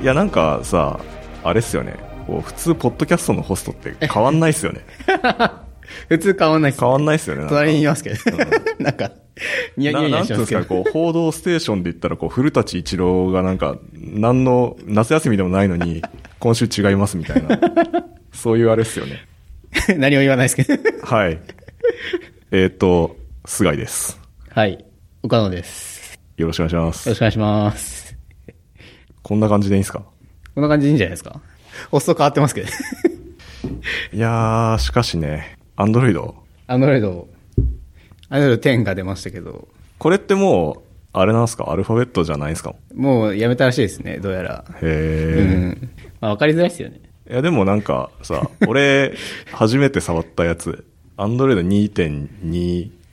いやなんかさあれっすよねこう普通ポッドキャストのホストって変わんないっすよね普通変わんないっす変わんないっすよねなんか隣にいますけど。 なんか、ニヤニヤニなヤなんしいててうんですますけか、ど。こう、報道ステーションで言ったら、こう、古舘一郎がなんか、何の、夏休みでもないの に、今週違いますみたいな、そういうあれっすよね。 何も言わないですけど。はい。えっ、と、菅井です。はい。岡野です。よろしくお願いしまよろす。しくお願いします。こんな感じでいいですかこんな感じでいいんじゃないですか。おっそ変わってますけど。いやー、しかしね、アンドロイド、 アンドロイド、アンドロイド10が出ましたけど、これってもう、あれなんですかアルファベットじゃないですかもうやめたらしいですね、どうやら。うへん。まあわかりづらいですよね。ー。いや、でもなんか さ、俺、初めて触ったやつ、アンドロイド2.2、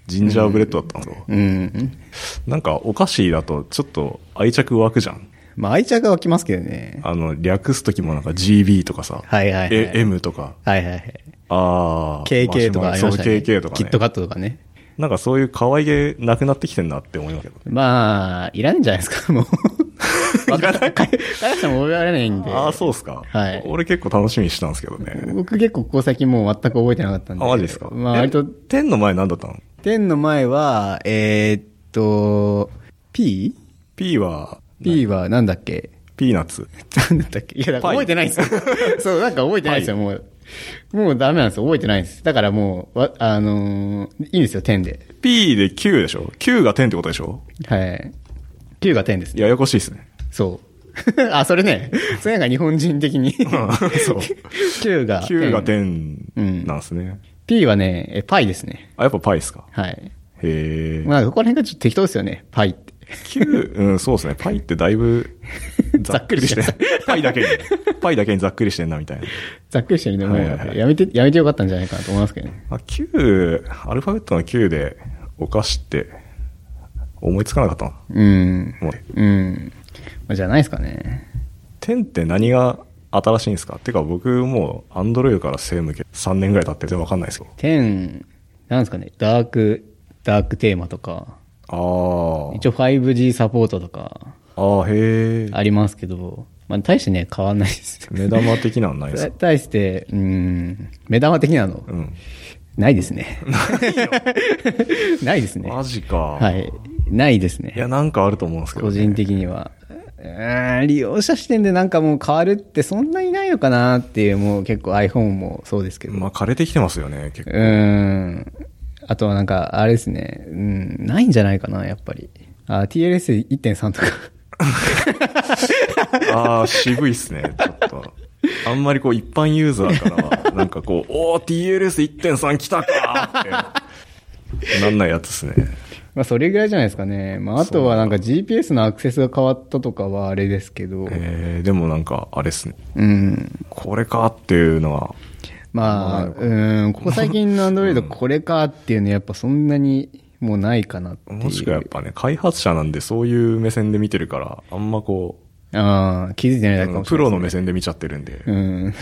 ジンジャーブレッドだったんですよ。うん。なんかお菓子だとちょっと愛着湧くじゃん。まあ愛着は湧きますけどね。あの、略すときもなんか GB とかさ、はいはいはいえ M とか、はいはいはい。ああ、 KK とかありましそたね。う、KK とか、ね。キットカットとかね。なんかそういう可愛げなくなってきてんなって思いますけど。まあ、いらんじゃないですか、も う。わかない。返しても覚えられないんで。ああ、そうっすか。はい俺結構楽しみにしてたんですけどね。僕結構ここ最近もう全く覚えてなかったんで。あ、マジですか。まあ割とえ、天の前なんだったの10の前は、えーっと、P?P ?P は、はなんだっけピーナッツ。なんだったっけいや、だからパ覚イえてないんです よ。そう、なんか覚えてないんですよ、もう。もうダメなんですよ、覚えてないんです。だからもう、わあのーいいんですよ、10で。 P で9でしょ ?9 が10ってことでしょはい。9が10ですね。ややこしいですね。そう。 あ、それね。それなんか日本人的に。 そう。 9が9が10 10なんですね。 P はね、えパイですね。あ、やっぱパイっすか。はい。へえ。まあ、ここら辺がちょっと適当ですよね。パイって。 9、うん、そうですね。パイってだいぶ、 ざっくりしざてっくりしてる、パイだけに、パイだけにざっくりしてんな、みたいな。ざっくりしてるんで、もはいはいはう、いやめて、やめてよかったんじゃないかなと思いますけどね。あ9、アルファベットの9で、お菓子って、思いつかなかったな。うん。もう、うん。まあ、じゃないですかね。 10って何が新しいんですかてか僕もう、アンドロイドから背向け3年ぐらい経っててわかんないですよ。 10、なんですかね。ダーク、ダークテーマとか、あー。一応 5G サポートとか、あー、へー。ありますけど、まあ、大してね、変わんないです。目玉的なのないですか対して、うん、目玉的なの、うん。ないですね。ないですね。マジか。はい。ないですね。いや、なんかあると思うんですけど個ね、人的には。うーん利用者視点でなんかもう変わるってそんなにないのかなっていう、もう結構 iPhone もそうですけど。まあ、枯れてきてますよね、結構うーん。あとはなんか、あれですね。うん、ないんじゃないかな、やっぱり。あ、TLS1.3 とか。 ああ、渋いっすね、ちょっと。あんまりこう一般ユーザーからは、なんかこう、おー、TLS1.3 来たかーって、なんないやつっすね。まあ、それぐらいじゃないですかね。まあ、あとはなんか GPS のアクセスが変わったとかはあれですけど。えー、でもなんか、あれっすね。うん。これかっていうのは、まあ、うん、ここ最近の Android これかっていうのやっぱそんなにもうないかなっていう。もしくはやっぱね、開発者なんでそういう目線で見てるから、あんまこ、ああ、気づいてないうだけかもしプれないですね、ロの目線で見ちゃってるんで。うん。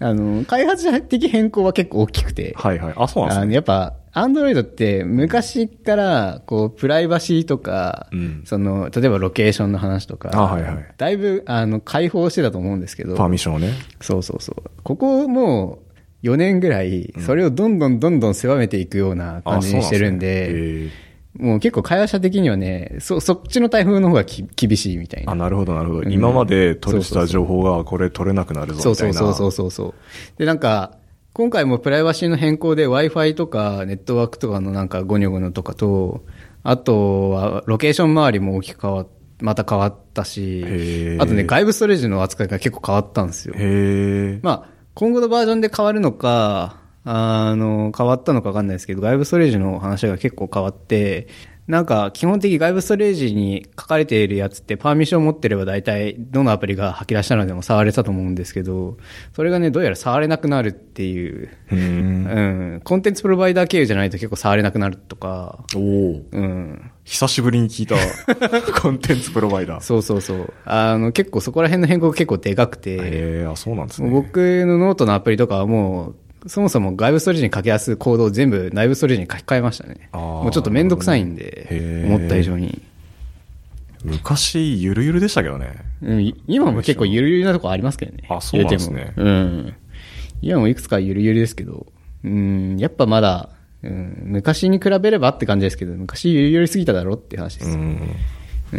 あの、開発者的変更は結構大きくて。はいはい。あ、そうなんであすのね。やっぱ、アンドロイドって昔から、こう、プライバシーとか、うんその、例えばロケーションの話とか、あはいはいだいぶ、あの、解放してたと思うんですけど、パーミッションをね。そうそうそう。ここもう4年ぐらい、それをどんどんどんどん狭めていくようなあ感じにしてるんで、そうなですねもう結構開発者的にはね、そ、そっちの台風の方がき厳しいみたいえーあ、な。なるほどなるほうど。ん今まで取れてそうそうそたう情報がこれ取れなくなるぞそうみたそいうな。そうそうそうそう。で、なんか、今回もプライバシーの変更で Wi-Fi とかネットワークとかのなんかゴニョゴニョとかと、あとはロケーション周りも大きく変わっ、また変わったしへ、ーあとね、外部ストレージの扱いが結構変わったんですよ。へえ。まあ、今後のバージョンで変わるのか、あの、変わったのか分かんないですけど、外部ストレージの話が結構変わって、なんか、基本的に外部ストレージに書かれているやつって、パーミッションを持ってれば大体、どのアプリが吐き出したのでも触れたと思うんですけど、それがね、どうやら触れなくなるっていう、うんうん、コンテンツプロバイダー経由じゃないと結構触れなくなるとか、お おうん、久しぶりに聞いた コンテンツプロバイダー。そうそうそう。あの、結構そこら辺の変更が結構でかくて、へえ、あ、そうなんですもうね。僕のノートのアプリとかはもう、そもそも外部ストレージに書き出すコードを全部内部ストレージに書き換えましたね。あーもうちょっとめんどくさいんでなる、ほどねへー思った以上に。昔、ゆるゆるでしたけどね。うん、い今も結構ゆるゆるなとこありますけどね。あそうなんですね言うてもうん。今もいくつかゆるゆるですけど、うん、やっぱまだ、うん、昔に比べればって感じですけど、昔ゆるゆるすぎただろって話でうす。ん。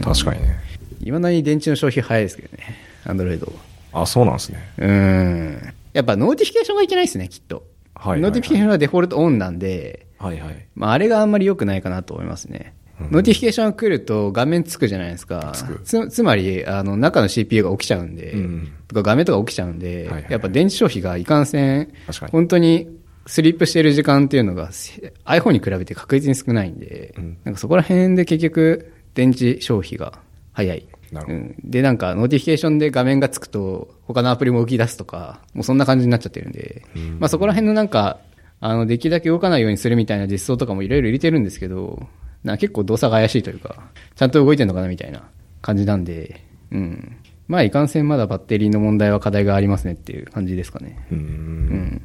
確かにね。いまだに電池の消費早いですけどね、アンドロイド。あ、そうなんですね。うん。やっぱノーティフィケーションがいけないですね、きっと。はいはいはいノーティフィケーションはデフォルトオンなんで、はいはい。まあ、あれがあんまり良くないかなと思いますね。ノーティフィケーションが来ると画面つくじゃないですか。つくつつまり、あの、中の CPU が起きちゃうんで、うんとか画面とか起きちゃうんで、はいはいはいやっぱ電池消費がいかんせん確か、に本当にスリープしてる時間っていうのがせ iPhone に比べて確実に少ないんで、うんなんかそこら辺で結局電池消費が早い。なるほどうんで、なんか、ノーティフィケーションで画面がつくと、他のアプリも動き出すとか、もうそんな感じになっちゃってるんで、まあそこら辺のなんか、あの、できるだけ動かないようにするみたいな実装とかもいろいろ入れてるんですけど、なんか結構動作が怪しいというか、ちゃんと動いてるのかなみたいな感じなんで、うん。まあ、いかんせんまだバッテリーの問題は課題がありますねっていう感じですかね。う。うんん。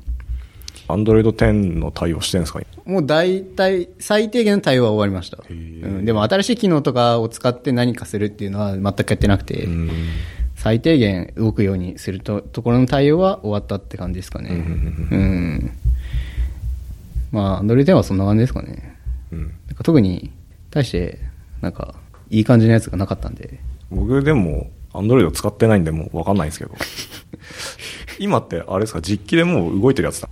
アンドロイド10の対応してるんですかねもう大体、最低限の対応は終わりました。うへえん、でも新しい機能とかを使って何かするっていうのは全くやってなくて、うん。最低限動くようにするとところの対応は終わったって感じですかね。うんうん。まあ、アンドロイドはそんな感じですかね。うん。なんか特に、対して、なんか、いい感じのやつがなかったんで。僕でも、アンドロイド使ってないんで、もうわかんないんです けど。今って、あれですか、実機でもう動いてるやつだ。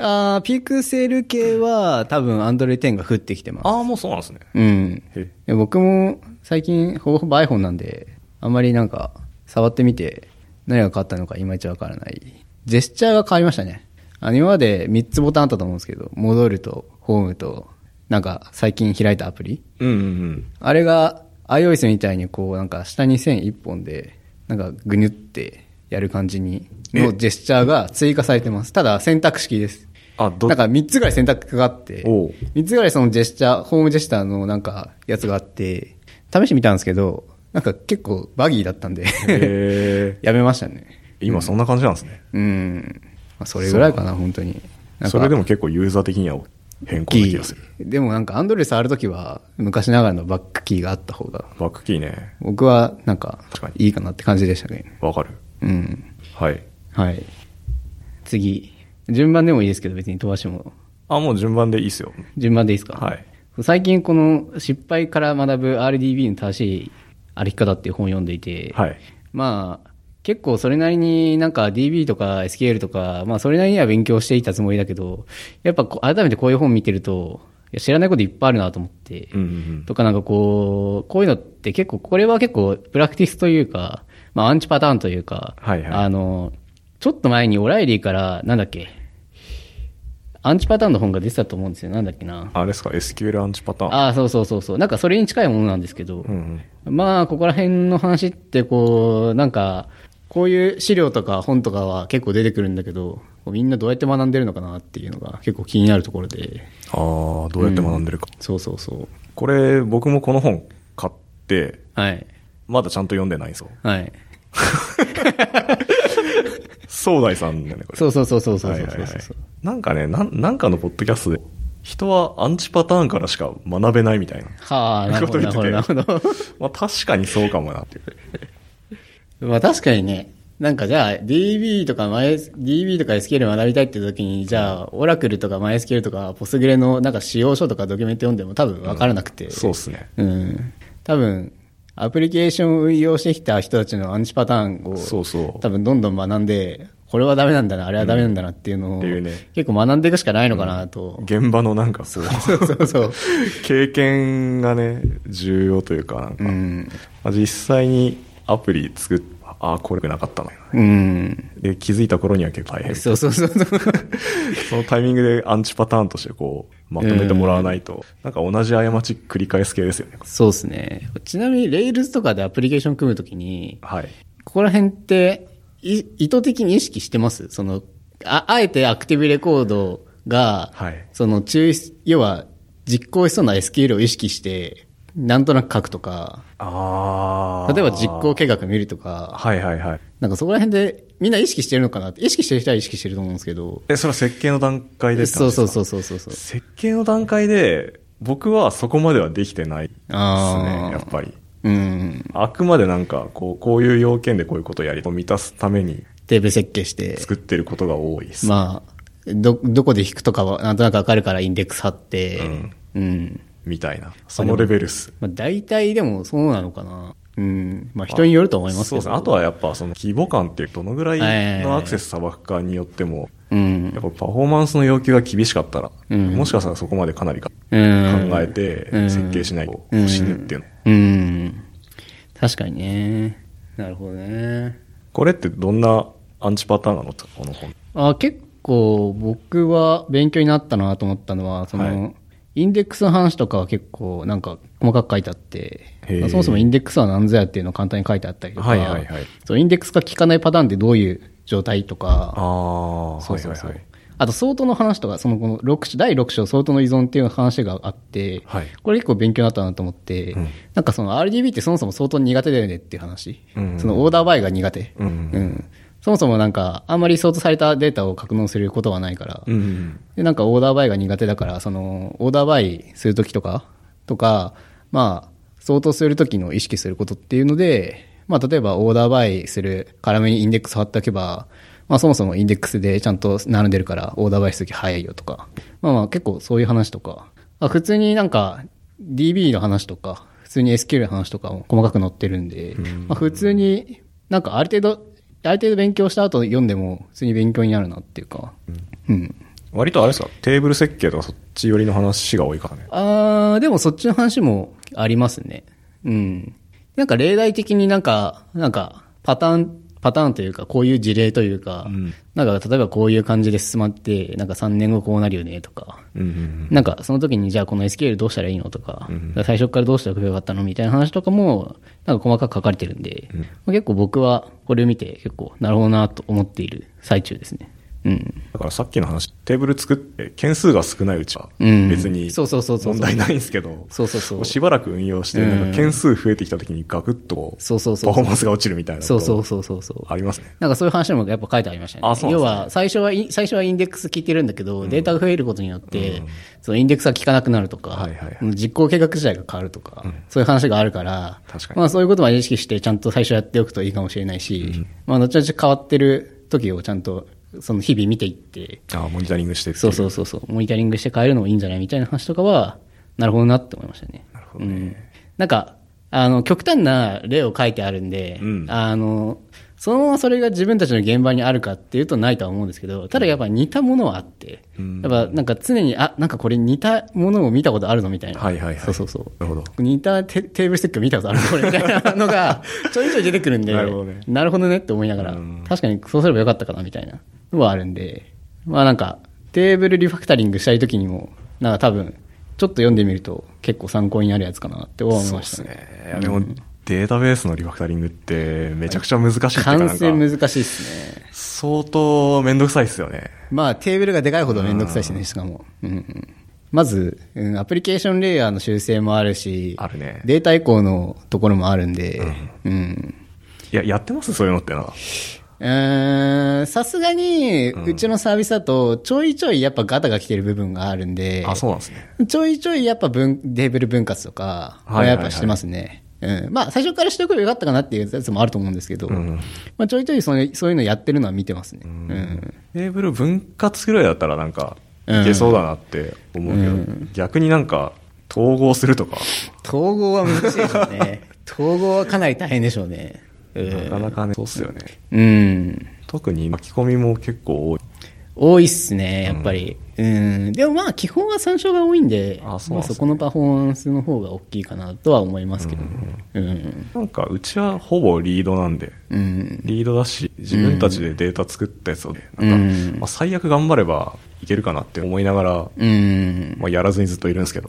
あーピクセル系は多分アンドロイド10が降ってきてます。ああ、もうそうなんですね。うん。へで僕も最近ほぼほぼ iPhone なんで、あんまりなんか触ってみて何が変わったのかいまいちわからない。ジェスチャーが変わりましたね。あの今まで3つボタンあったと思うんですけど、戻ると、ホームと、なんか最近開いたアプリ。うんうんあれが iOS みたいにこうなんか下に線1本で、なんかぐにゅってやる感じに、のえジェスチャーが追加されてます。ただ選択式です。あどなんか3つぐらい選択があって、おう3つぐらいそのジェスチャー、ホームジェスチャーのなんかやつがあって、試してみたんですけど、なんか結構バギーだったんで、うん。へ やめましたね。え。今そんな感じなんですね。うん。まあ、それぐらいかな、本当に。なんかそれでも結構ユーザー的には変更な気がする。キーでもなんかアンドレ触るときは昔ながらのバックキーがあった方が、バックキーね。僕はなんか確かにいいかなって感じでしたけどね。わかる。うん。はい。はい。次。順番でもいいですけど、別に飛ばしても。あ、もう順番でいいっすよ。順番でいいですかはい。最近この失敗から学ぶ RDB の正しい歩き方っていう本を読んでいて、はい。まあ結構それなりになんか DB とか SQL とか、まあそれなりには勉強していたつもりだけど、やっぱこう改めてこういう本見てると、いや知らないこといっぱいあるなと思って、うんうんとかなんかこう、こういうのって結構、これは結構プラクティスというか、まあアンチパターンというか、はいはいあの、ちょっと前にオライリーから、なんだっけ、アンチパターンの本が出てたと思うんですよ。なんだっけな。あれですか、SQL アンチパターン。ああ、そうそうそうそう。なんかそれに近いものなんですけどう、んうん。まあ、ここら辺の話って、こう、なんか、こういう資料とか本とかは結構出てくるんだけど、こうみんなどうやって学んでるのかなっていうのが結構気になるところで、ああ、どうやって学んでるか。そうそうそう。これ、僕もこの本買って、はい。まだちゃんと読んでないんですよ。はい。壮大さんだよね、これ。そうそうそうそうそうはいそうはいそはういそう。なんかねなん、なんかのポッドキャストで、人はアンチパターンからしか学べないみたいな。はあ、なるほど、なるほど、なるほど。 まあ確かにそうかもなっていう。まあ確かにね、なんかじゃあ DB とか MyS- DB とか SQL 学びたいって時に、じゃあオラクルとか MySQL とか Postgre のなんか使用書とかドキュメント読んでも多分分からなくて。そうっすね。うん。多分、アプリケーションを運用してきた人たちのアンチパターンを、そうそう多分どんどん学んで、これはダメなんだな、あれはダメなんだなっていうのんを、っていうね結構学んでいくしかないのかなと。現場のなんかそう、そうそうそう。 経験がね、重要というか、なんか、うん。まあ実際にアプリ作っ、ああ、これなかったな。うん。で、気づいた頃には結構大変。そうそう そうそう。そのタイミングでアンチパターンとしてこう、まとめてもらわないと、なんか同じ過ち繰り返す系ですよね。そうですね。ちなみに、Rails とかでアプリケーション組むときに、はい。ここら辺って、い意図的に意識してますその、あ、あえてアクティブレコードが、はいその注意し、要は、実行しそうな SQL を意識して、なんとなく書くとか、ああ。例えば実行計画見るとか、はいはいはい。なんかそこら辺でみんな意識してるのかなって、意識してる人は意識してると思うんですけど、え、それは設計の段階でって話そうですかそうそうそうそうそう。設計の段階で、僕はそこまではできてないですねあー、やっぱり。うん。あくまでなんか、こう、こういう要件でこういうことをやり、満たすためにテーブル設計して、作ってることが多いです。まあ、ど、どこで引くとかは、なんとなくわかるからインデックス貼って、うん。みたいな。そのレベルっす。まあ、大体でもそうなのかな。うん。まあ、人によると思いますけそうでど。すね。あとはやっぱその規模感っていうどのぐらいのアクセスさばくかによっても、うんや。っぱパフォーマンスの要求が厳しかったら、うんもしかしたらそこまでかなりかうん。考えてうん設計しないと死ぬっていうの。うん。確かにね。なるほどね。これってどんなアンチパターンなのこの本。あ結構僕は勉強になったなと思ったのは、その、はインデックスの話とかは結構なんか細かく書いてあってへ、ーまあそもそもインデックスは何ぞやっていうのを簡単に書いてあったりとか、はいはいはいそうインデックスが効かないパターンってどういう状態とか、ああ、そはういそはういそうはい。あと、相当の話とか、その、この六章、第6章、相当の依存っていう話があって、はいこれ結構勉強になったなと思って、うんなんかその RDB ってそもそも相当苦手だよねっていう話。うんそのオーダーバイが苦手。うんうんそもそもなんか、あんまり相当されたデータを格納することはないから、うん。で、なんかオーダーバイが苦手だから、その、オーダーバイするときとか、とか、まあ、相当するときの意識することっていうので、まあ、例えばオーダーバイする、絡めにインデックス貼っておけば、まあ、そもそもインデックスでちゃんと並んでるから、オーダーバイするとき早いよとか、まあまあ、結構そういう話とか、あ普通になんか、DB の話とか、普通に SQL の話とかも細かく載ってるんで、まあ、普通になんかある程度、ある程度勉強した後読んでも普通に勉強になるなっていうか、うん。割とあれですかテーブル設計とかそっち寄りの話が多いからね。あーでもそっちの話もありますね。うん。なんか例題的になんか、なんか、パターン、パターンというか、こういう事例というか、んなんか例えばこういう感じで進まって、なんか3年後こうなるよねとか、うんうんなんかその時にじゃあこの SQL どうしたらいいのとか、最初からどうしておけばよかったのみたいな話とかも、なんか細かく書かれてるんで、まあ結構僕はこれを見て結構なるほどなと思っている最中ですね。うん。だからさっきの話、テーブル作って、件数が少ないうちは、うん別にそうそうそうそう問題ないんですけど、そうそうそうもしばらく運用して、なんか件数増えてきた時にガクッとこうそうそうそうパフォーマンスが落ちるみたいなそうそうそそうそうそう。ありますね。なんかそういう話もやっぱ書いてありましたね。あそうなん要ですねは、最初はイン、最初はインデックス効いてるんだけど、データが増えることによって、そのインデックスが効かなくなるとか、はいはいはいうん実行計画自体が変わるとか、そういう話があるから、確かにまあそういうことまで意識して、ちゃんと最初やっておくといいかもしれないし、まあ後々変わってる時をちゃんと、その日々見ていって、ああ、モニタリングしてっていそうそうそうそう、モニタリングして変えるのもいいんじゃないみたいな話とかは、なるほどなって思いましたね。なるほどねうんなんか、あの、極端な例を書いてあるんで、うんあの、そのままそれが自分たちの現場にあるかっていうとないとは思うんですけど、ただやっぱ似たものはあって、うんやっぱなんか常に、あ、なんかこれ似たものを見たことあるのみたいな。はいはいはいそうそうそう。なるほど。似たテテーブルステック見たことあるこれみたいなの が、ちょいちょい出てくるんで、なるほどねなるほどねって思いながら、確かにそうすればよかったかなみたいなのはあるんで、まあなんか、テーブルリファクタリングしたい時にも、なんか多分、ちょっと読んでみると結構参考になるやつかなって思いそうまでしたすね。ね。いやでも、データベースのリファクタリングって、めちゃくちゃ難しいっていうか、完なん成か、難しいですね。相当めんどくさいですよね。まあテーブルがでかいほどめんどくさいしね、しかも。うんうんまず、うんアプリケーションレイヤーの修正もあるし、あるねデータ移行のところもあるんで、うん、いや、やってますそういうのってな。うーんさすがに、うちのサービスだと、ちょいちょいやっぱガタが来てる部分があるんで、あ、そうなんですね。ちょいちょいやっぱ分、テーブル分割とか、はいはいはいやっぱしてますね。うん、まあ、最初からしておけばよかったかなっていうやつもあると思うんですけど、んまあ、ちょいちょいそういうそういうのやってるのは見てますね。うんテーブル分割ぐらいだったらなんか、うんいけそうだなって思うけど、逆になんか、統合するとか、統合は難しいでしょう ね。統合はかなり大変でしょうね。うんなかなかね、そうっすよね。うん特に巻き込みも結構多い。多いっすね、やっぱり。うん。でもまあ、基本は参照が多いんで、あそうなんまあ、ですねそこのパフォーマンスの方が大きいかなとは思いますけどね。うん。なんか、うちはほぼリードなんで、うん。リードだし、自分たちでデータ作ったやつをね、なんか、うんまあ、最悪頑張ればいけるかなって思いながら、うん。まあ、やらずにずっといるんですけ ど。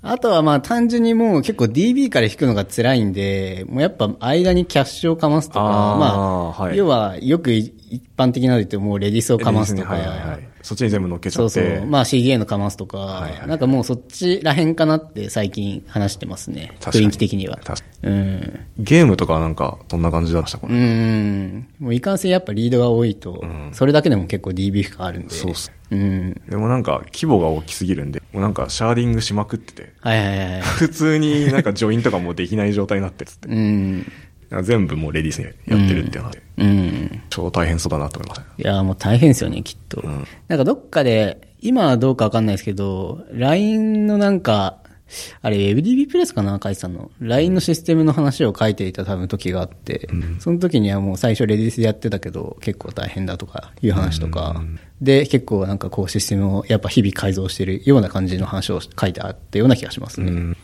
あとはまあ、単純にもう結構 DB から引くのが辛いんで、もうやっぱ間にキャッシュをかますとか、あーまあ、はい要はよくい一般的なので言ってもうレディスをかますとか、はいはいはい。そっちに全部乗っけちそゃうって。そう、まあ CDA のかますとか、はいはいなんかもうそっちらへんかなって最近話してますね。確かに雰囲気的には。確かうん。ゲームとかはなんか、そんな感じだったかうな。ん。もういかんせんやっぱリードが多いと、それだけでも結構 DB 感あるんで。そうっす。うん。でもなんか、規模が大きすぎるんで、もうなんか、シャーディングしまくってて、はいはいはいはい。普通になんかジョインとかもうできない状態になってるっつって。うん。全部もうレディースにやってるっていうので、うん。超大変そうだなと思いました。いや、もう大変ですよね、きっと。なんかどっかで、今はどうかわかんないですけど、LINE のなんか、あれ、WebDB プレスかな書いてたの。LINE のシステムの話を書いていた多分時があって、その時にはもう最初レディースでやってたけど、結構大変だとかいう話とか、で、結構なんかこうシステムをやっぱ日々改造してるような感じの話を書いてあったような気がしますね。うん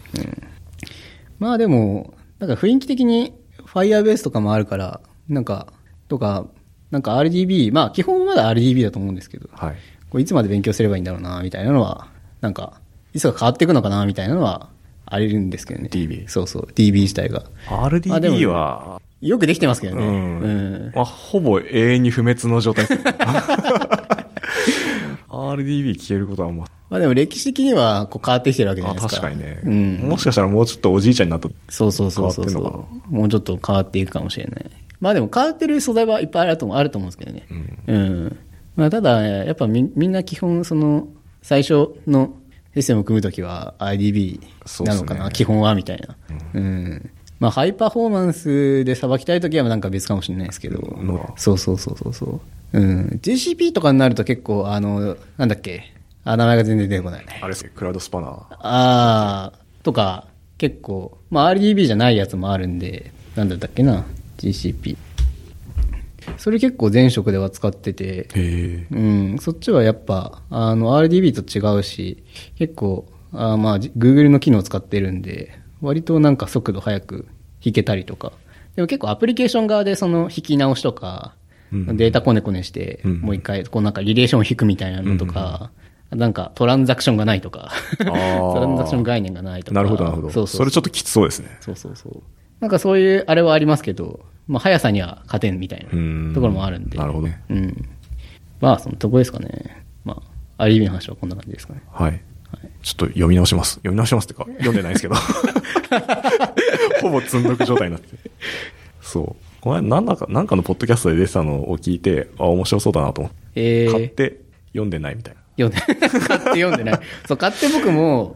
まあでも、なんか雰囲気的に Firebase とかもあるから、なんか、とか、なんか RDB、まあ基本まだ RDB だと思うんですけど、はい。こういつまで勉強すればいいんだろうな、みたいなのは、なんか、いつか変わっていくのかな、みたいなのは、ありるんですけどね。 DB そうそう、DB 自体が。あでも RDB は、よくできてますけどね。うんうんまあ、ほぼ永遠に不滅の 状態ですね RDB 消えることはあんま、まあでも歴史的にはこう変わってきてるわけじゃあないですか。確かにね、うん。もしかしたらもうちょっとおじいちゃんになった。そうそうそうそうそ変わってんのう。もうちょっと変わっていくかもしれない。まあでも変わってる素材はいっぱいあると思あると思うんですけどね。うん。まあただ、やっぱみみんな基本その、最初のシステムを組むときは IDB なのそかうっすな、ね基本はみたいな。うん。まあハイパフォーマンスでさばきたいときはなんか別かもしれないですけど。うんそうそうそうそうそう。うん。JCP とかになると結構、あの、なんだっけ。あ、名前が全然出てこない。あれですね、クラウドスパナー。あー、とか、結構、まあ RDB じゃないやつもあるんで、なんだったっけな、GCP。それ結構前職では使ってて、へうん、そっちはやっぱ、あの、RDB と違うし、結構、あーまあ、じ Google の機能を使ってるんで、割となんか速度速く弾けたりとか。でも結構アプリケーション側でその弾き直しとか、うんデータこねこねして、うんもう一回、こうなんかリレーションを引くみたいなのとか、なんかトランザクションがないとか、 トーランザクション概念がないとか。なるほど、なるほど。そうそうれちょっときつそうですね。そうそうそう。なんかそういうあれはありますけど、まあ速さには勝てんみたいうんなところもあるんで。なるほどね。うん。まあそのとこですかね。まあ、RDB の話はこんな感じですかね。はい。ちょっと読み直します。読み直しますってか、読んでないですけ ど。ほぼ積んどく状態になってて。そう。この前、なんだか、なんかのポッドキャストで出てたのを聞いて、あ、面白そうだなと思って。えー、買って読んでないみたいな。読んで、 買って読んでない。そう、買って僕も、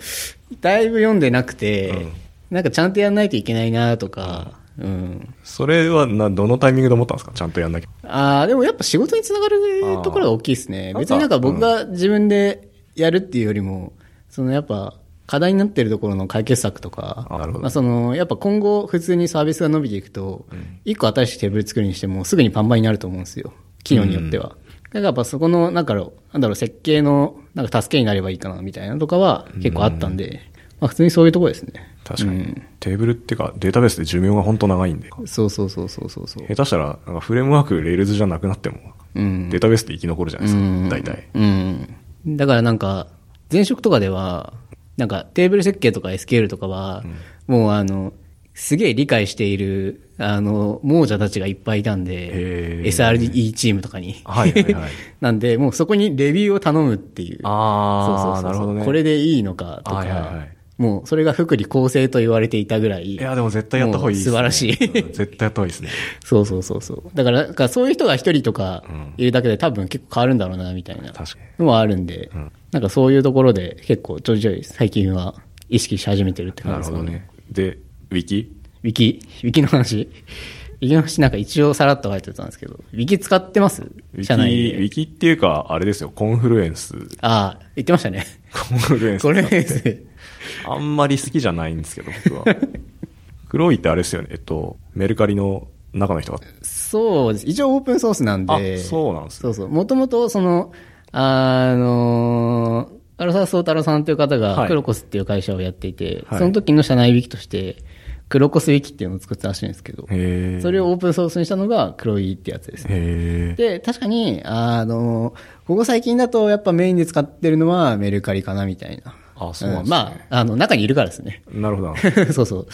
だいぶ読んでなくて、うんなんかちゃんとやんないといけないなとか、うん。それはな、どのタイミングで思ったんですかちゃんとやんなきゃ。ああ、でもやっぱ仕事につながるところが大きいですねあ。ー別にななんかんか僕が自分でやるっていうよりも、そのやっぱ課題になってるところの解決策とか、あーなるほどまあそのやっぱ今後普通にサービスが伸びていくと、一個新しいテーブル作るにしてもすぐにパンパンになると思うんですよ。機能によっては。だからやっぱそこの、なんかろう、なんだろう、設計の、なんか助けになればいいかなみたいなのとかは結構あったんで、まあ普通にそういうところですね。確かに。テーブルっていうか、データベースで寿命が本当長いんで。そうそうそうそうそうそう。下手したら、なんかフレームワーク、レールズじゃなくなっても、うんデータベースって生き残るじゃないですか。うん大体。うん。だからなんか、前職とかでは、なんかテーブル設計とか SQL とかは、もうあの、すげえ理解している、あの、亡者たちがいっぱいいたんへで、ー SRE チームとかに。はいはいはい なんで、もうそこにレビューを頼むっていう。あそうそうそなうそうるほどね。これでいいのかとか、はいはいはいもうそれが福利厚生と言われていたぐらい。いや、でも絶対やった方がいいです、ね。もう素晴らしいうん絶対やった方がいいですね。そうそうそうそう。だから、なんかそういう人が一人とかいるだけで多分結構変わるんだろうな、みたいな確かにのはあるんで、なんかそういうところで結構ちょいちょい最近は意識し始めてるってな感るじですほかどね。ね。で、ウィキウィキ、ウィキの話。 ウィキの話なんか一応さらっと書いてたんですけど、ウィキ使ってますウィキ、社ウ内でィキっていうか、あれですよ、コンフルエンス。ああ、言って ましたね。コンフルエンス こ。れですね。あんまり好きじゃないんですけど、 僕は。黒いってあれですよね。えっと、メルカリの中の人が。そうです。一応オープンソースなんで。あそうなんですねそうそう。もともと、その、あのー、荒沢宗太郎さんという方はが、いクロコスっていう会社をやっていて、はいその時の社内ウィキとして、クロコスウィキっていうのを作ったらしいんですけど、へーそれをオープンソースにしたのが、黒いってやつですね。へーで、確かに、あのー、ここ最近だとやっぱメインで使ってるのはメルカリかなみたいなあそうなんですねまあ、あの、中にいるからですね。なるほどな。 そうそう。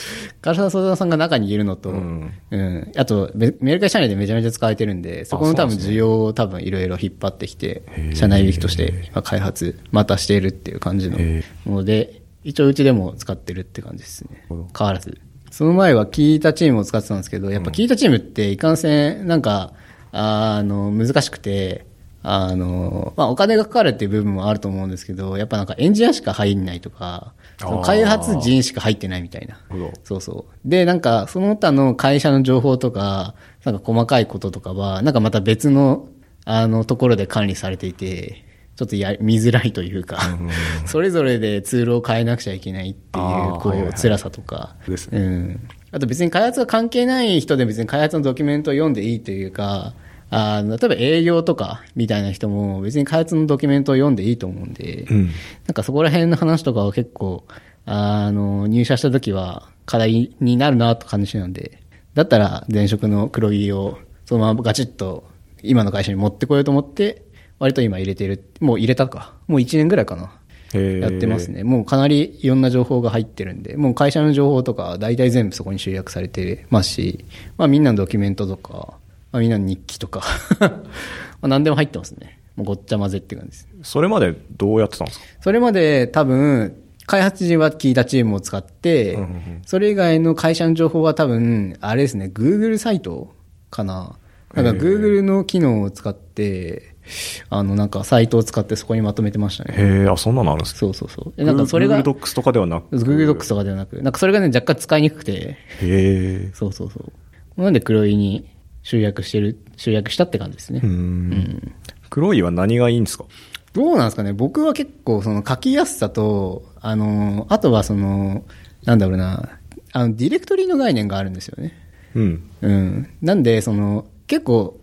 唐沢相談さんが中にいるのと、ううんん。あと、メメルカリ社内でめちゃめちゃ使われてるんで、そこの多そうなん分です需要を多分いろいろ引っ張ってきてへ、ー社内力としてまあ開発、またしているっていう感じのへもので、一応うちでも使ってるって感じですねなるほど。変わらず。その前は聞いたチームを使ってたんですけど、やっぱ聞いたチームっていかんせん、なんか、あの、難しくて、あの、まあ、お金がかかるっていう部分もあると思うんですけど、やっぱなんかエンジニアしか入んないとか、その開発人しか入ってないみたいななるほど。そうそう。で、なんか、その他の会社の情報とか、なんか細かいこととかは、なんかまた別の、あの、ところで管理されていて、ちょっとや見づらいというか、 それぞれでツールを変えなくちゃいけないっていあう、ーこはいはいはうい、辛さとか。ですねうん。あと別に開発が関係ない人で別に開発のドキュメントを読んでいいというか、あの、例えば営業とかみたいな人も別に開発のドキュメントを読んでいいと思うんで、うん。なんかそこら辺の話とかは結構、あの、入社した時は課題になるなと感じなんで、だったら前職の黒木をそのままガチッと今の会社に持ってこようと思って、割と今入れてる、もう入れたか。もう1年ぐらいかな。へえやってます。ね。もうかなりいろんな情報が入ってるんで、もう会社の情報とか大体全部そこに集約されてますし、まあみんなのドキュメントとか、まあみんなの日記とか、 まあ何でも入ってますね。もうごっちゃ混ぜって感じです。それまでどうやってたんですかそれまで多分、開発陣は聞いたチームを使って、うんうんうんそれ以外の会社の情報は多分、あれですね、Google サイトかな。なんかへえ Google の機能を使って、あの、なんかサイトを使ってそこにまとめてましたね。へえ、あ、そんなのあるんですかそうそうそう。でなんかそれが、 Google Docs とかではなく。 Google Docs とかではなく、なんかそれがね、若干使いにくくて、へえ。そうそうそう。なんで黒いに集約してる、集約したって感じですね。う。うんん黒いは何がいいんですかどうなんですかね僕は結構その書きやすさと、あの、あとはその、なんだろうな、あの、ディレクトリの概念があるんですよね。うん。うん。なんで、その、結構、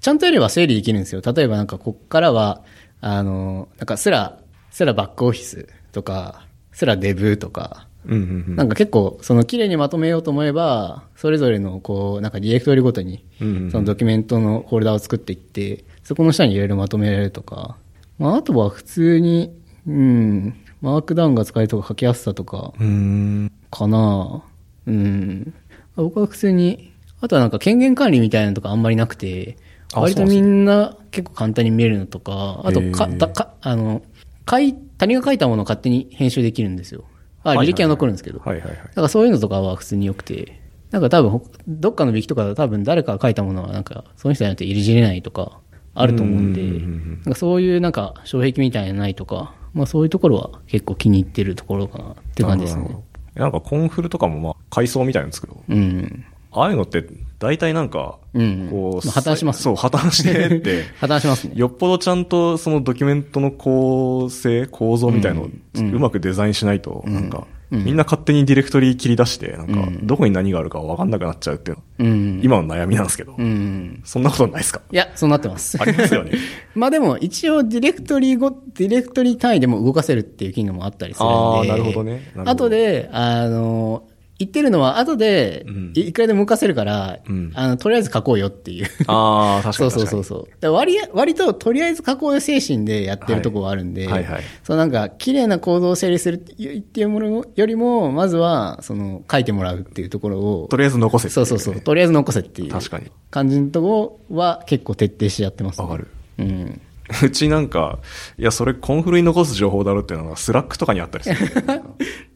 ちゃんとやれば整理できるんですよ。例えばなんか、こっからは、あの、なんか、すら、すらバックオフィスとか、すらデブとか、うんうんうん。なんか結構、その綺麗にまとめようと思えば、それぞれのこう、なんかディレクトリごとにうんうんうん、そのドキュメントのフォルダを作っていって、そこの下にいろいろまとめられるとか、まあ、あとは普通に、うん、マークダウンが使えるとか書きやすさとか、うーん。かなうん。僕は普通に、あとはなんか権限管理みたいなのとかあんまりなくて、あ割とみんな結構簡単に見えるのとか、あとへーか、だか、あの、かい、他人が書いたものを勝手に編集できるんですよ。あ、履歴は残るんですけど。はいはいはい。だからそういうのとかは普通に良くて、なんか多分ほ、どっかのウィキとかだと多分誰かが書いたものはなんか、その人じゃなくて入れ知れないとか、あると思うんで、うんうんうんうんなんかそういうなんか、障壁みたいなのないとか、まあそういうところは結構気に入ってるところかなって感じですなるねほ。ど。なんかコンフルとかもまあ、階層みたいなんですけど、うん。ああいうのって大体なんか、うんこう、まあ破綻しますそう、破綻して って、破綻しますね。よっぽどちゃんとそのドキュメントの構成、構造みたいのをうまくデザインしないと、なんか、みんな勝手にディレクトリ切り出して、なんか、どこに何があるかわかんなくなっちゃうっていうの、うん。今の悩みなんですけどう、ん。そんなことないですかいや、そうなってますあ。ります よね。まあでも、一応、ディレクトリご、ディレクトリ単位でも動かせるっていう機能もあったりするんで。あーなるほどねなるほど後で、あの、言ってるのは、後でうん、いいくらでも動かせるから、うんあの、とりあえず書こうよっていう。ああ、確かそうに確かに。そうそうそう。だから割合割と、とりあえず書こうよ精神でやってるとこはあるんで、はいはいはいそうなんか、綺麗な構造を整理するっていうものよりも、まずは、その、書いてもらうっていうところを、とりあえず残せっていそうそうそう。とりあえず残せっていう。確かに感じのとこは結構徹底してやってます、わかる。うん。 うちなんか、いや、それコンフルに残す情報だろっていうのが、スラックとかにあったりする。い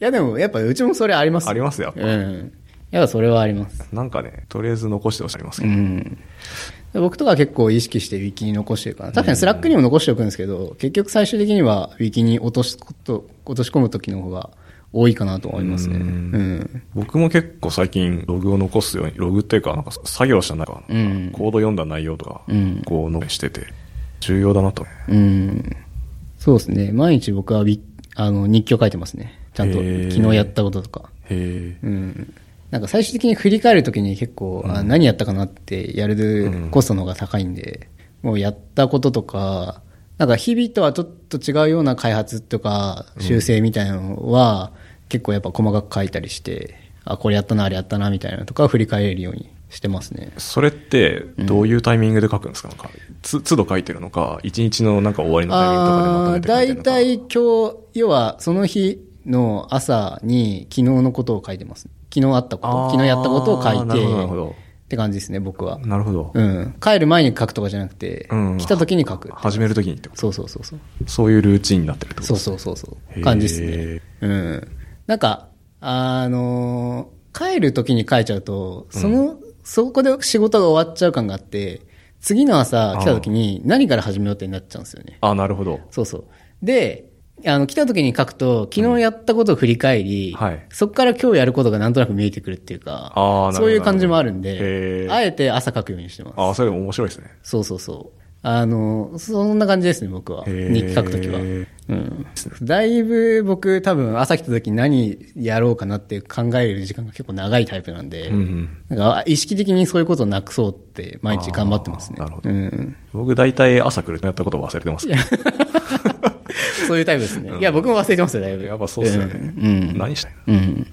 やでも、やっぱうちもそれありますありますよやっぱうん。やっぱそれはあります。なんかね、とりあえず残しておっしゃいますうけど。ん。僕とか結構意識してウィキに残してるかな。確かにスラックにも残しておくんですけど、結局最終的にはウィキに落としこと、落とし込む時の方が多いかなと思いますね。ううんん。僕も結構最近ログを残すように、ログっていうか、なんか作業した内容とか、うんコード読んだ内容とかうん、こう残してて、重要だなと。うん。そうですね。毎日僕はウィあの、日記を書いてますね。ちゃんと、へー昨日やったこととか。へえ。うん、なんか最終的に振り返るときに結構、あ何やったかなってやるコストの方が高いんで、もうやったこととか、なんか日々とはちょっと違うような開発とか修正みたいなのは、結構やっぱ細かく書いたりして、あ、これやったな、あれやったなみたいなのとか振り返れるようにしてますね。それって、どういうタイミングで書くんですかなんか、つ、都度書いてるのか、一日のなんか終わりのタイミングとかでまとあめーて書いて大るのか。体今日、要はその日の朝に昨日のことを書いてます。昨日あったこあと、ー昨日やったことを書いなるほどなるほて、ど。って感じですね、僕は。なるほど。うん。帰る前に書くとかじゃなくて、うん来た時に書く。始めるときにってこそうそうそうそう。と。そういうルーチンになってるってことそうそうそうそへーう。感じですね。うん。なんか、あのー帰る時に書いちゃうと、その、そこで仕事が終わっちゃう感があって、次の朝来た時に何から始めようってなっちゃうんですよね。あ、なるほど。そうそう。で、あの、来た時に書くと、昨日やったことを振り返り、うんはいそこから今日やることがなんとなく見えてくるっていうかあーなるほ、どそういう感じもあるんへで、ーあえて朝書くようにしてます。あ、それ面白いですね。そうそうそう。あの、そんな感じですね、僕は。へー日記書くときは。うん。だいぶ僕多分朝来た時に何やろうかなって考える時間が結構長いタイプなんで、うんうん。なんか意識的にそういうことをなくそうって毎日頑張ってますね。あーなるほどうん。僕大体朝来るとやったこと忘れてます。そういうタイプですね。いや、僕も忘れてますよ、だいぶ。やっぱそうですよね。うん。何したいのうん。うん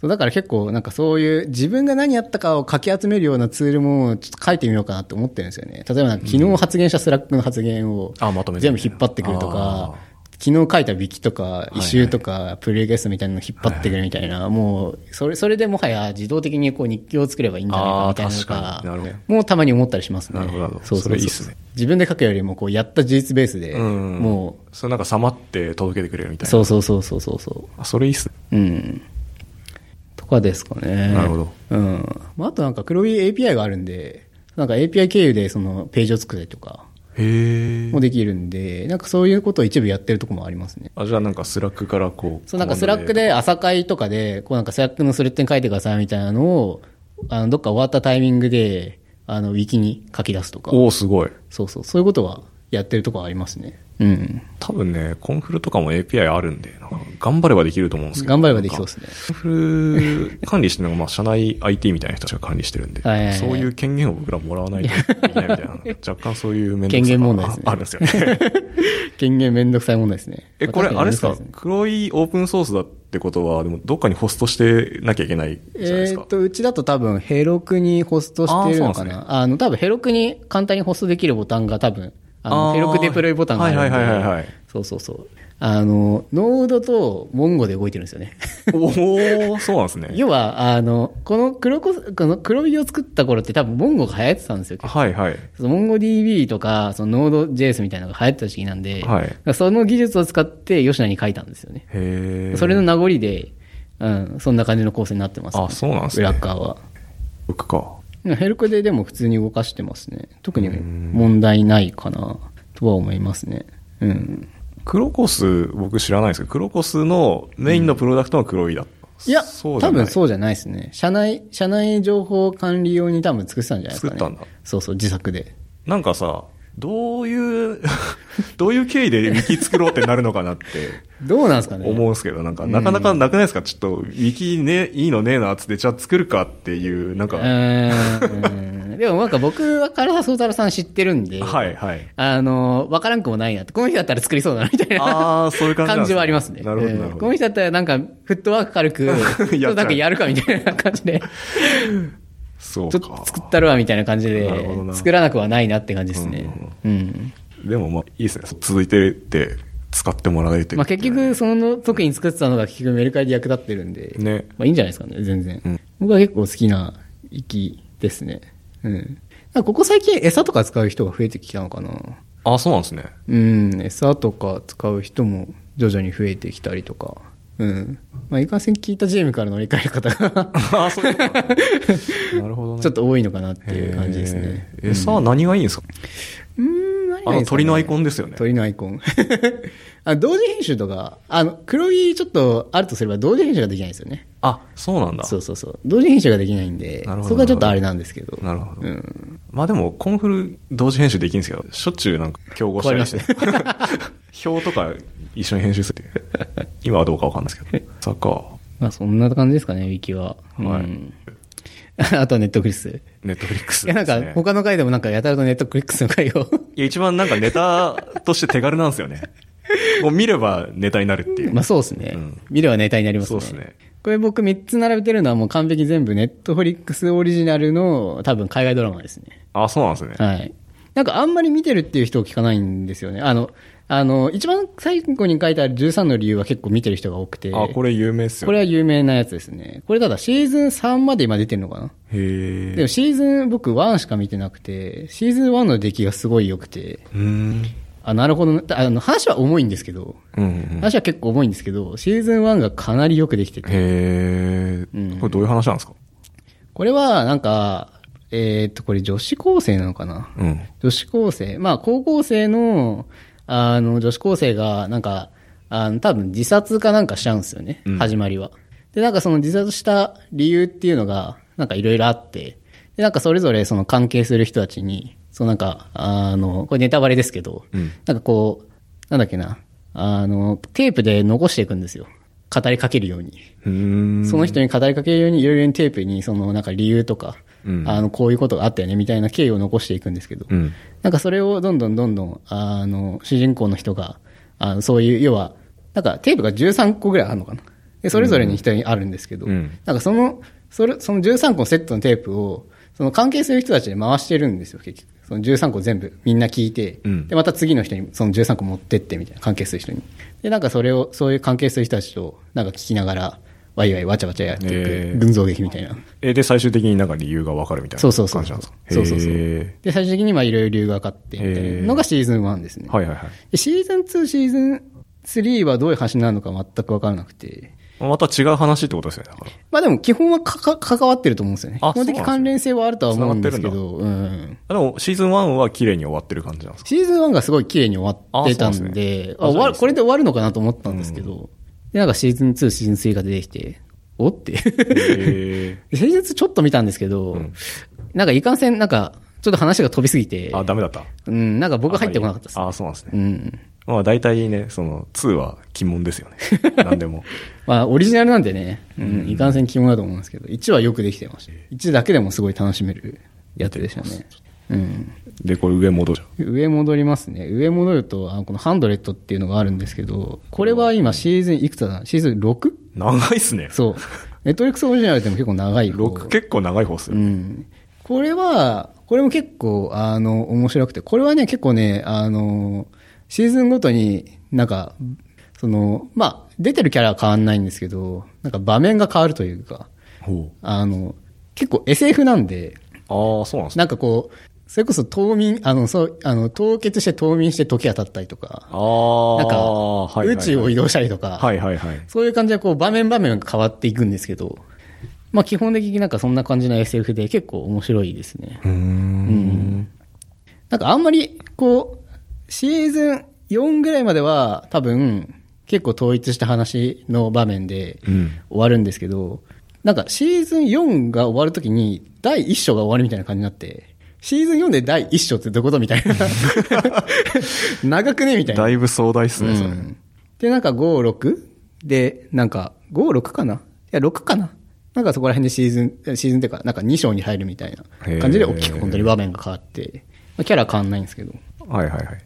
そうだから結構なんかそういう自分が何やったかをかき集めるようなツールもちょっと書いてみようかなって思ってるんですよね。例えばなんか昨日発言したスラックの発言をあまとめて全部引っ張ってくるとあか、昨日書いたウィキとか、一周とか、プレイゲストみたいなの引っ張ってくるみたいな、もう、それ、それでもはや自動的にこう日記を作ればいいんじゃないかみたいなあのー確かになるが、もうたまに思ったりしますね。なるほどなるほどそうそうそれいいっすね自分で書くよりもこうやった事実ベースで、うん。もう。それなんかさまって届けてくれるみたいな。う、そうそうそうそうそうそう。あそれいいっすね。うん。とかですかね。なるほど。うん。まあ、あとなんか黒い API があるんで、なんか API 経由でそのページを作ったりとかへえも。できるんで、なんかそういうことを一部やってるとこもありますね。あ、じゃあなんかスラックからこう。そうなんかスラックで朝会とかで、こうなんかスラックのスレッドに書いてくださいみたいなのを、あの、どっか終わったタイミングで、あの、ウィキに書き出すとかコマンドで。。おおすごい。そうそう。そういうことはやってるとこはありますね。うん。多分ね、コンフルとかも API あるんで、なんか頑張ればできると思うんですけど。頑張ればできそうでなんかすね。コンフル管理してるのが、まあ、社内 IT みたいな人たちが管理してるんで、はいはいはいそういう権限を僕らもらわないといけないみたいな、若干そういう面権限問題ですねあるんですよね。権限めんどくさい問題ですね。え、これ、まあれですか確にめんどくさい黒いオープンソースだってことは、でも、どっかにホストしてなきゃいけないじゃないでえすーかっ。と、うちだと多分ヘロクにホストしてるのかあーそうなんなで。あの、多分ヘロクに簡単にホストできるボタンが多分、あのあーヘロクデプロイボタンがあるんで。はいはいはいはいはいそうそうそう。あの、ノードとモンゴで動いてるんですよね。おおそうなんですね。要は、あの、この黒こ、この黒ビを作った頃って多分モンゴが流行ってたんですよ。はいはい。そのモンゴ DB とか、そのノード JS みたいなのが流行ってた時期なんで、はいだからその技術を使って吉野に書いたんですよね。へえ。それの名残で、うん、そんな感じの構成になってます、あ、そうなんです裏ね。側は。僕か。ヘルクででも普通に動かしてますね。特に問題ないかなとは思いますね。うん。クロコス、僕知らないですけど、クロコスのメインのプロダクトが黒いだった。いや、そうじゃ多ない分そうじゃないですね。社内、社内情報管理用に多分作ってたんじゃないですかね。作ったんだ。そうそう、自作で。なんかさ、どういう、 どういう経緯でウィキ作ろうってなるのかなってどうなんです かね。思うんですけど、なんか、なかなかなくないですかちょっと、ウィキね、いいのねえな、つって、じゃあ作るかっていう、なんうか、ーん。でもなんか僕は唐沢宗太郎さん知ってるんで、はいはい。あの、わからんくもないなって、この人だったら作りそうだなみたいな。あーそういう感じなんですねはありますね。なるほどうんなるほどこの人だったらなんか、フットワーク 軽く、ちょっとなんかやるかみたいな感じで。そうちょっかと。作ったるわみたいな感じなるほどで、な作らなくはないなって感じですね。うん。でもまあ、いいですね。続いてって、使ってもらえてるまあっていう結局、その時に作ってたのが結局メルカリで役立ってるんで、ね。まあいいんじゃないですかね、全然。うん僕は結構好きな域ですね。うん。なんかここ最近餌とか使う人が増えてきたのかな。あ、そうなんです ね。うん、餌とか使う人も徐々に増えてきたりとか。うん。まあいかんせん聞いた GM から乗り換える方が あそういうことなんだなるほどね。ちょっと、と多いのかなっていう感じですね。餌は何がいいんですかうーん、何がいいですかあねの鳥のアイコンですよね。鳥のアイコン。 あ同時編集とか、あの、黒いちょっとあるとすれば同時編集ができないんですよね。あ、そうなんだ。そうそうそう。同時編集ができないんで、なるほどそこはちょっとあれなんですけど。なるほどうん。まあでも、コンフル同時編集できるんですけど、しょっちゅうなんか競合したりして。 表とか一緒に編集するっていう。今はどうかわかんないですけ ど。さか、まあそんな感じですかね、ウィキは。はいうん、 あとはネットフリックス。ネットフリックスいやなんですかね。他の回でもなんかやたらとネットフリックスの回を いや、一番なんかネタとして手軽なんですよね。もう見ればネタになるっていう。まあそうですね。うん見ればネタになりますそうね。ですね。これ僕3つ並べてるのはもう完璧全部ネットフリックスオリジナルの多分海外ドラマですね。あ、そうなんですね。はい。なんかあんまり見てるっていう人を聞かないんですよね。あの、あの、一番最後に書いてある13の理由は結構見てる人が多くて。あ、これ有名っすよこれね。は有名なやつですね。これただシーズン3まで今出てるのかなへえ。でもシーズン僕1しか見てなくて、シーズン1の出来がすごい良くて、うーん。あ、なるほどな。あの、話は重いんですけど、うんうん。へ話は結構重いんですけど、シーズン1がかなりよくできてて、え。これどういう話なんですかこれはなんか、えーっと、これ女子高生なのかなうん。女子高生、まあ高校生の、あの、女子高生が、なんか、あの、多分自殺かなんかしちゃうんですよね、うん始まりは。で、なんかその自殺した理由っていうのが、なんかいろいろあって、で、なんかそれぞれその関係する人たちに、そうなんか、あの、これネタバレですけど、うんなんかこう、なんだっけな、あの、テープで残していくんですよ。語りかけるように。うーん。その人に語りかけるように、いろいろにテープに、そのなんか理由とか、うんあの、こういうことがあったよね、みたいな経緯を残していくんですけど、うん。なんかそれをどんどんどんどん、あの、主人公の人が、あのそういう、要は、なんかテープが13個ぐらいあるのかな。で、それぞれに人にあるんですけど、うんなんかその、それ、その13個のセットのテープを、その関係する人たちに回してるんですよ、結局。その13個全部みんな聞いて、うんで、また次の人にその13個持ってってみたいな、関係する人に。で、なんかそれを、そういう関係する人たちと、なんか聞きながら、ワイワイわちゃわちゃやっていへくー、群像劇みたいな。え、で、最終的になんか理由がわかるみたいなそう感そうじそなうんですかそうそうそうへで、最終的にまあいろいろ理由が分かって、みたいなのがシーズン1ですねー。はいはいはい。でシーズン2、シーズン3はどういう話になるのか全く分からなくて。また違う話ってことですよね、だから。まあでも基本はかか関わってると思うんですよね。基あ本そうなんです的ね関連性はあるとは思うんですけど、うん。あでも、シーズン1は綺麗に終わってる感じなん ですかシーズン1がすごい綺麗に終わってたんあそうなんですでね、ああそ終うわなんるですねこれで終わるのかなと思ったんですけど、で、なんかシーズン2、シーズン3が出てきて、おって。へえ。 シーズン2ちょっと見たんですけど、うんなんかいかんせん、なんか、ちょっと話が飛びすぎて、あ、ダメだった。うん、なんか僕入ってこなかったです。あ、そうなんですねう。ん。まあ大体ね、その、2は鬼門ですよ ね。何でも。まあ、オリジナルなんでね、うん、いかんせん肝だと思うんですけど、1はよくできてました。1だけでもすごい楽しめるやつでしたね。うん。で、これ上戻る。上戻りますね。上戻ると、あのこのハンドレットっていうのがあるんですけど、これは今シーズンいくつだなシーズン 6? 長いっすね。 そう。ネットフリックスオリジナルでも結構長い方。 6結構長い方っすうよ。ん。これは、これも結構、あの、面白くて、これはね、結構ね、あの、シーズンごとになんか、その、まあ、出てるキャラは変わんないんですけど、なんか場面が変わるというか、ほあの、結構 SF なんで、う。ああ、そうなんですね。なんかこう、それこそ冬眠、あの、そう、あの、凍結して冬眠して時が経ったりとか、ああ、なんか、はいはいは宇い宙を移動したりとか、はいはいはい。そういう感じでこう場面場面が変わっていくんですけど、まあ基本的になんかそんな感じの SF で結構面白いですね。うん。なんかあんまりこう、シーズン4ぐらいまでは多分結構統一した話の場面でうん。終わるんですけど、なんかシーズン4が終わるときに第1章が終わるみたいな感じになって、シーズン4で第1章ってどういうことみたい な。長くねみたいなだ。いぶ壮大っすね、それ。うんで、なんか5、6? で、なんか、5、6かないや、6かななんかそこら辺でシーズン、シーズンっていうか、なんか2章に入るみたいな感じでへー大きく本当に場面が変わって、まあキャラ変わんないんですけど、まはいはいはい。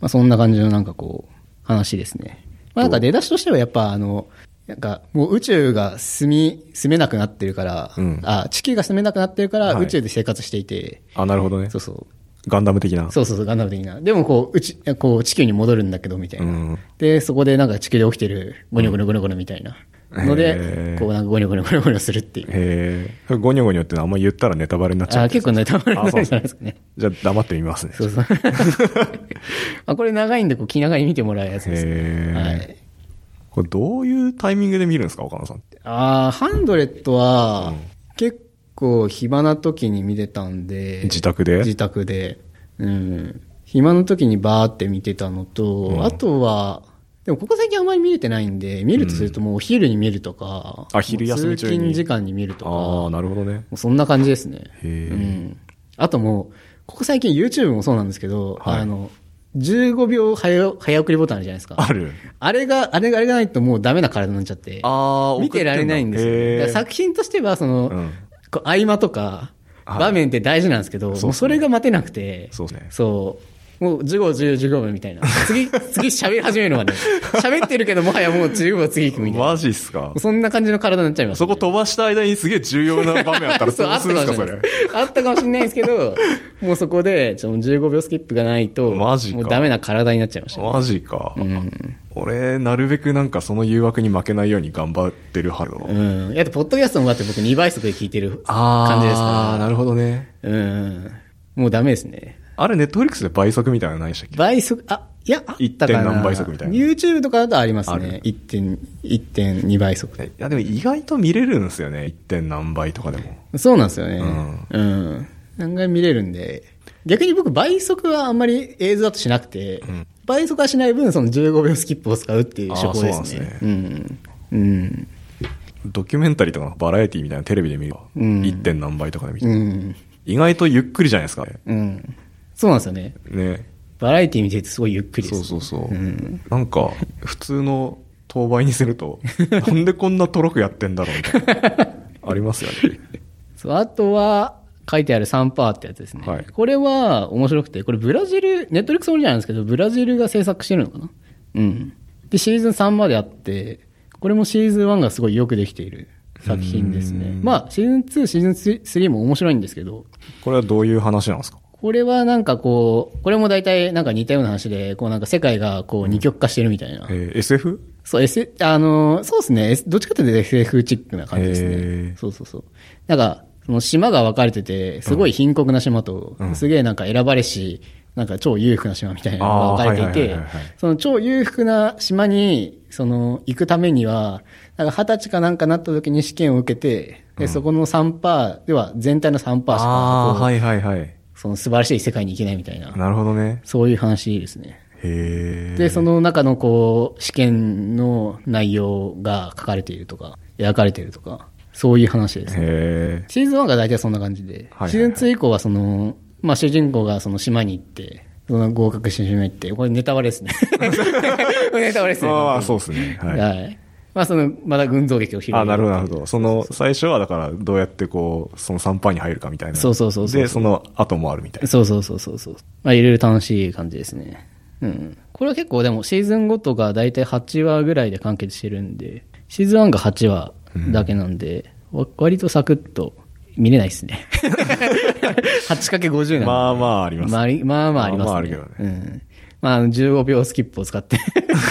あそんな感じのなんかこう、話ですね。まあなんか出だしとしてはやっぱあの、なんかもう宇宙が住み、住めなくなってるから、うんあ、地球が住めなくなってるからはい宇宙で生活していて、あ、なるほどねそ。うそう。ガンダム的な。そうそうそう、ガンダム的な。でもこう、うち、こう、地球に戻るんだけど、みたいな。うんで、そこでなんか地球で起きてる、ゴニョゴニョゴニョゴニョみたいな。うんのへで、ーこうなんかゴニョゴニョゴニョゴニョするっていう。へえ。ゴニョゴニョってのはあんま言ったらネタバレになっちゃあう。ー結構ネタバレになるんじゃないですかね。じゃあ黙ってみますね。そうそう。あこれ長いんで、こう、気長に見てもらうやつですへね。ーはい。これどういうタイミングで見るんですか、岡野さんって。ああ、ハンドレットは、結構暇な時に見てたんで。自宅で自宅で。うん。暇の時にバーって見てたのと、んあとは、でもここ最近あんまり見れてないんで、見るとするともうお昼に見るとか、あ昼休み中にもう通勤時間に見るとか、ああ、もなるほどね。うそんな感じですね。へーうん。あともう、ここ最近 YouTube もそうなんですけど、はいあの、15秒早早送りボタンあるじゃないですか。ある。あれが、あれがあれがないともうダメな体になっちゃって。あー見てられないんですよ送ってんね。だだから作品としては、その、うんこう合間とか、はい場面って大事なんですけど、そうもうそれが待てなくて、そうですねそうもう15、10、15分みたいな。次、 次喋り始めるまで。喋ってるけど、もはやもう15分次行くみたいな。マジっすかそんな感じの体になっちゃいますそね、こ飛ばした間にすげえ重要な場面あったら そうどうするんですか、そあれっ。たかもしれないですあったかもしれないですけど、もうそこで、ちょもう15秒スキップがないと、マジかもうダメな体になっちゃいましたね、マジか。ん俺、なるべくなんかその誘惑に負けないように頑張ってるはるの。うん。やっぱ、ポッドキャストもだって僕2倍速で聞いてる感じですあーかなるほどね。ら。うん。もうダメですね。あれ、ネットフリックスで倍速みたいなのないでしたっけ倍速、あ、いや、あったかな。 1. 何倍速みたいな YouTube とかだとありますある。ね1.2 1.2倍速で。いや、でも意外と見れるんですよね。1. 点何倍とかでも。そうなんですよね。う。うん案外見れるんで。逆に僕、倍速はあんまり映像だとしなくて、ん倍速はしない分、その15秒スキップを使うっていう手法であーすそうなんねで。すうん。うん。ドキュメンタリーとかバラエティみたいなテレビで見れば、うん 1. 点何倍とかで見て、うん。意外とゆっくりじゃないですか。うん。そうなんですよね。ね。バラエティ見ててすごいゆっくりです、そうそうそう。んなんか、普通の当倍にする と、なんでこんなとろくやってんだろうみたいな。ありますよね。そうあとは、書いてある3パーってやつですね。はいこれは面白くて、これブラジル、ネットリックスオリジナルなんですけど、ブラジルが制作してるのかなうん。で、シーズン3まであって、これもシーズン1がすごいよくできている作品ですうね。んまあ、シーズン2、シーズン3も面白いんですけど、これはどういう話なんです かこれはなんかこう、これも大体なんか似たような話で、こうなんか世界がこう二極化してるみたいな。えー SF? そう、S、あの、そうですね。S- どっちかというと SF チックな感じですへね。ーそうそうそう。なんか、その島が分かれてて、すごい貧困な島と、うんすげえなんか選ばれし、なんか超裕福な島みたいなのが分かれていあーはいはいてはいはい、その超裕福な島に、その、行くためには、なんか二十歳かなんかなった時に試験を受けて、で、そこの3パー、では全体の3パーしああー、か、こはいはいはい。うその素晴らしい世界に行けないみたいな、なるほどね。そういう話ですね。へえ。で、その中のこう、試験の内容が書かれているとか、描かれているとか、そういう話ですね。へシーズン1が大体そんな感じで、はいはいはいシーズン2以降はその、まあ主人公がその島に行って、その合格して島に行って、これネタバ レですね。ネタバレですえ。ね。ああ、そううですね。はい。はい。まあその、まだ群像劇を披露あなるほど、なるほど。その、最初はだから、どうやってこう、その3パーに入るかみたいな。そうそうそうそうで、その後もあるみたいな。そうそうそうそうそう。まあ、いろいろ楽しい感じですね。うん。これは結構でもシーズンごとが大体8話ぐらいで完結してるんで、シーズン1が8話だけなんで、わ割とサクッと見れないで すね。8×50 なんで。まあまああります。まありまあまあありますね。まあまああるけどねうん。まああの、15秒スキップを使って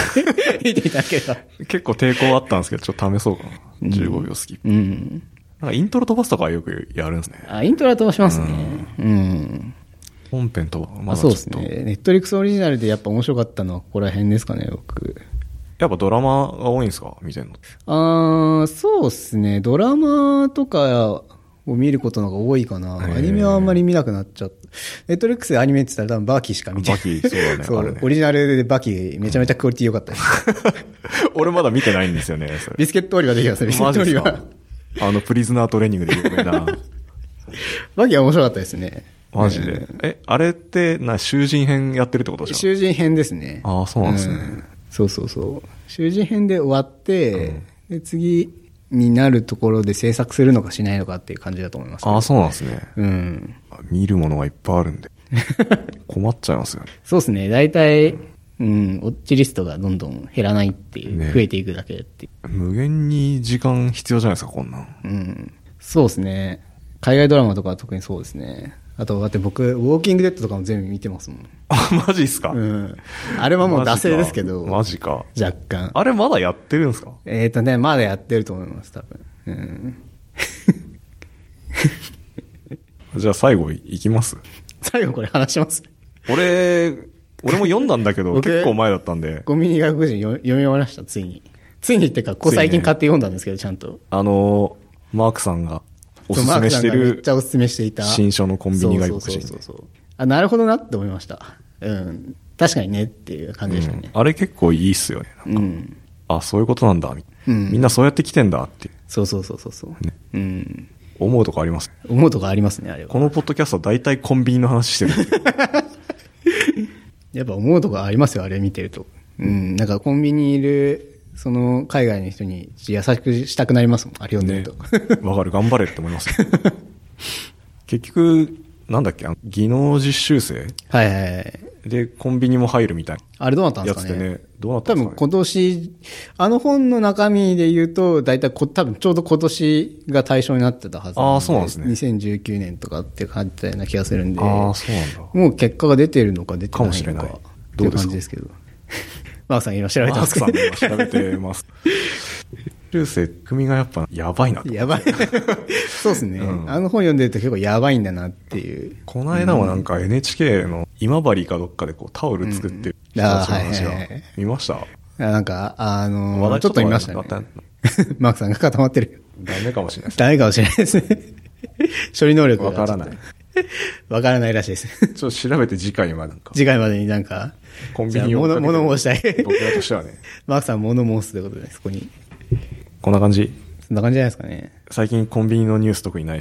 見ていただければ。結構抵抗あったんですけど、ちょっと試そうかな。15秒スキップ。うん。なんかイントロ飛ばすとかはよくやるんですね。あ、イントロは飛ばしますね。うん本編とはまだあちそょうっですと。ね。ネットリックスオリジナルでやっぱ面白かったのはここら辺ですかね、僕。やっぱドラマが多いんですか見てんの。 あーそうですね。ドラマとかを見ることの方が多いかな。へーアニメはあんまり見なくなっちゃった。ネットリックスでアニメって言ったら多分バキしか見てない。バキそうだねそあう、るねオリジナルでバキめちゃめちゃクオリティ良か ったです。俺まだ見てないんですよね、それ。ビスケットオリバーできますね、ビスケッマトジでオリすバかー。あの、プリズナートレーニングで有名な。バキは面白かったですね。マジで。え、あれって、な、囚人編やってるってことじゃん。囚人編ですね。あーそうなんですねそうそうそう。囚人編で終わって、で次になるところで制作するのかしないのかっていう感じだと思います、ああ、そうなんですね。うん。見るものがいっぱいあるん で。困っちゃいますよね。そうですね。大体、うん、オッチリストがどんどん減らないっていう、ね増えていくだけってい無限に時間必要じゃないですか、こんなん。う。うん。そうですね。海外ドラマとかは特にそうですね。あと、だって僕、ウォーキングデッドとかも全部見てますもん。あ、マジっすかうん。あれはもう惰性ですけど、マジか。若干。あれまだやってるんですかえっ、とね、まだやってると思います、多分。うん。じゃあ最後いきます最後これ話します。俺、俺も読んだんだけど、 僕結構前だったんで、ゴミ外国人よ読み終わりました、ついに。ついにっていうか、ここついに最近買って読んだんですけど、ちゃんと。あのー、マークさんがおすすめしてマークさんがめっるちゃおすすめしていた。新書のコンビニ外国そうそう人。そうそうあ、なるほどなって思いました。うん。確かにねっていう感じでしたね。あれ結構いいっすよね。うん。あ、そういうことなんだ。みうんみんなそうやって来てんだってそうそうそうそうそう、ねうん。思うとこあります。思うとこありますね、あれはこ。のポッドキャストは大体コンビニの話してるんですよ。やっぱ思うとこありますよ、あれ見てると。うん。なんかコンビニにいる、その海外の人に優しくしたくなりますもん、あ れ読んでるねと。わかる、頑張れって思います よ。結局、なんだっけ、あの技能実習生はいはいはい。で、コンビニも入るみたいあれどうなったなんでやすかつねでね、どうなった多んです分か、ね、今年、あの本の中身で言うと、大体こ、多分ちょうど今年が対象になってたはずあーそうなんですね2019年とかって書いてたような気がするんで、あもあ、そうなんだ。う結果が出てるのか出てないかものかしれないってどいうですかう感じですけど。 マークさん今調べてマまーすクけさどんも今調べてます。ルーセ、組がやっぱやばいなと。やばい。そうですね、あの本読んでると結構やばいんだなっていう。この間もなんか NHK の今治かどっかでこうタオル作ってる人たちの話うんがあーはいはいはい見ましたあなんか、あのー話題ちょっと見ましたちょっとね待。 マークさんが固まってる。 ダメかもしれないです。誰かもしれないですね。処理能力がわから ない。わからないらしいです。 ちょっと調べて次回はなんか、次回までになんか、コンビニをじゃあ物物申したい。僕らとしてはね。マークさん物申すということで、そこに。こんな感じ。そんな感じじゃないですかね。最近コンビニのニュース特にない。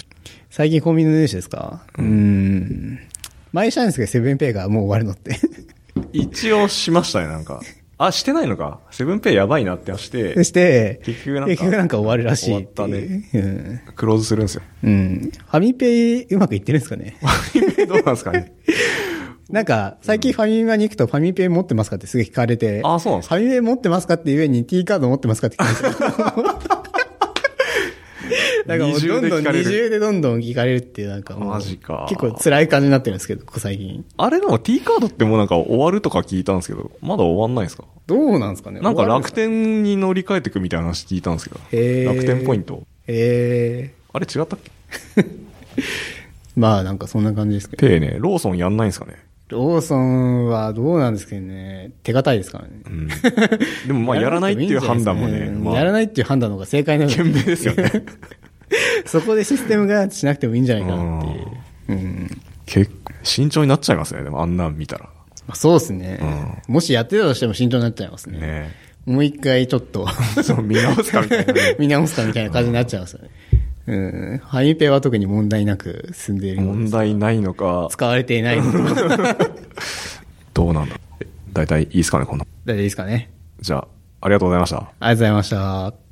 最近コンビニのニュースですかうーん。前したんですけど、セブンペイがもう終わるのって。一応しましたね、なんか。あ、してないのか。セブンペイやばいなって話してそ、して、結局なんか終わるらしいっていう。クローズするん ですよ。うん。うん。ファミペイうまくいってるんですかね。どうなんですかね。なんか、最近ファミマに行くとファミペイ持ってますかってすげえ聞かれて。あそうなんですファミペイ持ってますかっていう上に T カード持ってますかって聞かれて。 なんかもうどんどん二重で聞かれ二る重でどんどん聞かれるっていうなんかもうマジか結構辛い感じになってるんですけど、ここ最近。あれでも T カードってもうなんか終わるとか聞いたんですけど、まだ終わんないですかどうなんですかねなんか楽終わ天に乗り換えていくみたいな話聞いたんですけどへー。楽天ポイント。るんですかえあれ違ったっけー、まあなんかそんな感じですけど。ペイね、ローソンやんないんですかね。ローソンはどうなんですけどね、手堅いですからね。う ん。でもまあやらないっていう判断もね、うんまあ、やらないっていう判断の方が正解なの賢明ですよね。 そこでシステムがしなくてもいいんじゃないかなっていう。うん。結構、慎重になっちゃいますね、でもあんなん見たら。まあ、そうですね、もしやってたとしても慎重になっちゃいますね。ねもう一回ちょっとえ。そう、見直すかみたいなね。見直すかみたいな感じになっちゃいますよね。うん。ハイペイは特に問題なく進んでいるようです 問題ないのか、使われていないの でどうなんだ。大体いいですかね、こんな。大丈夫ですかね。じゃあ、ありがとうございました。ありがとうございました。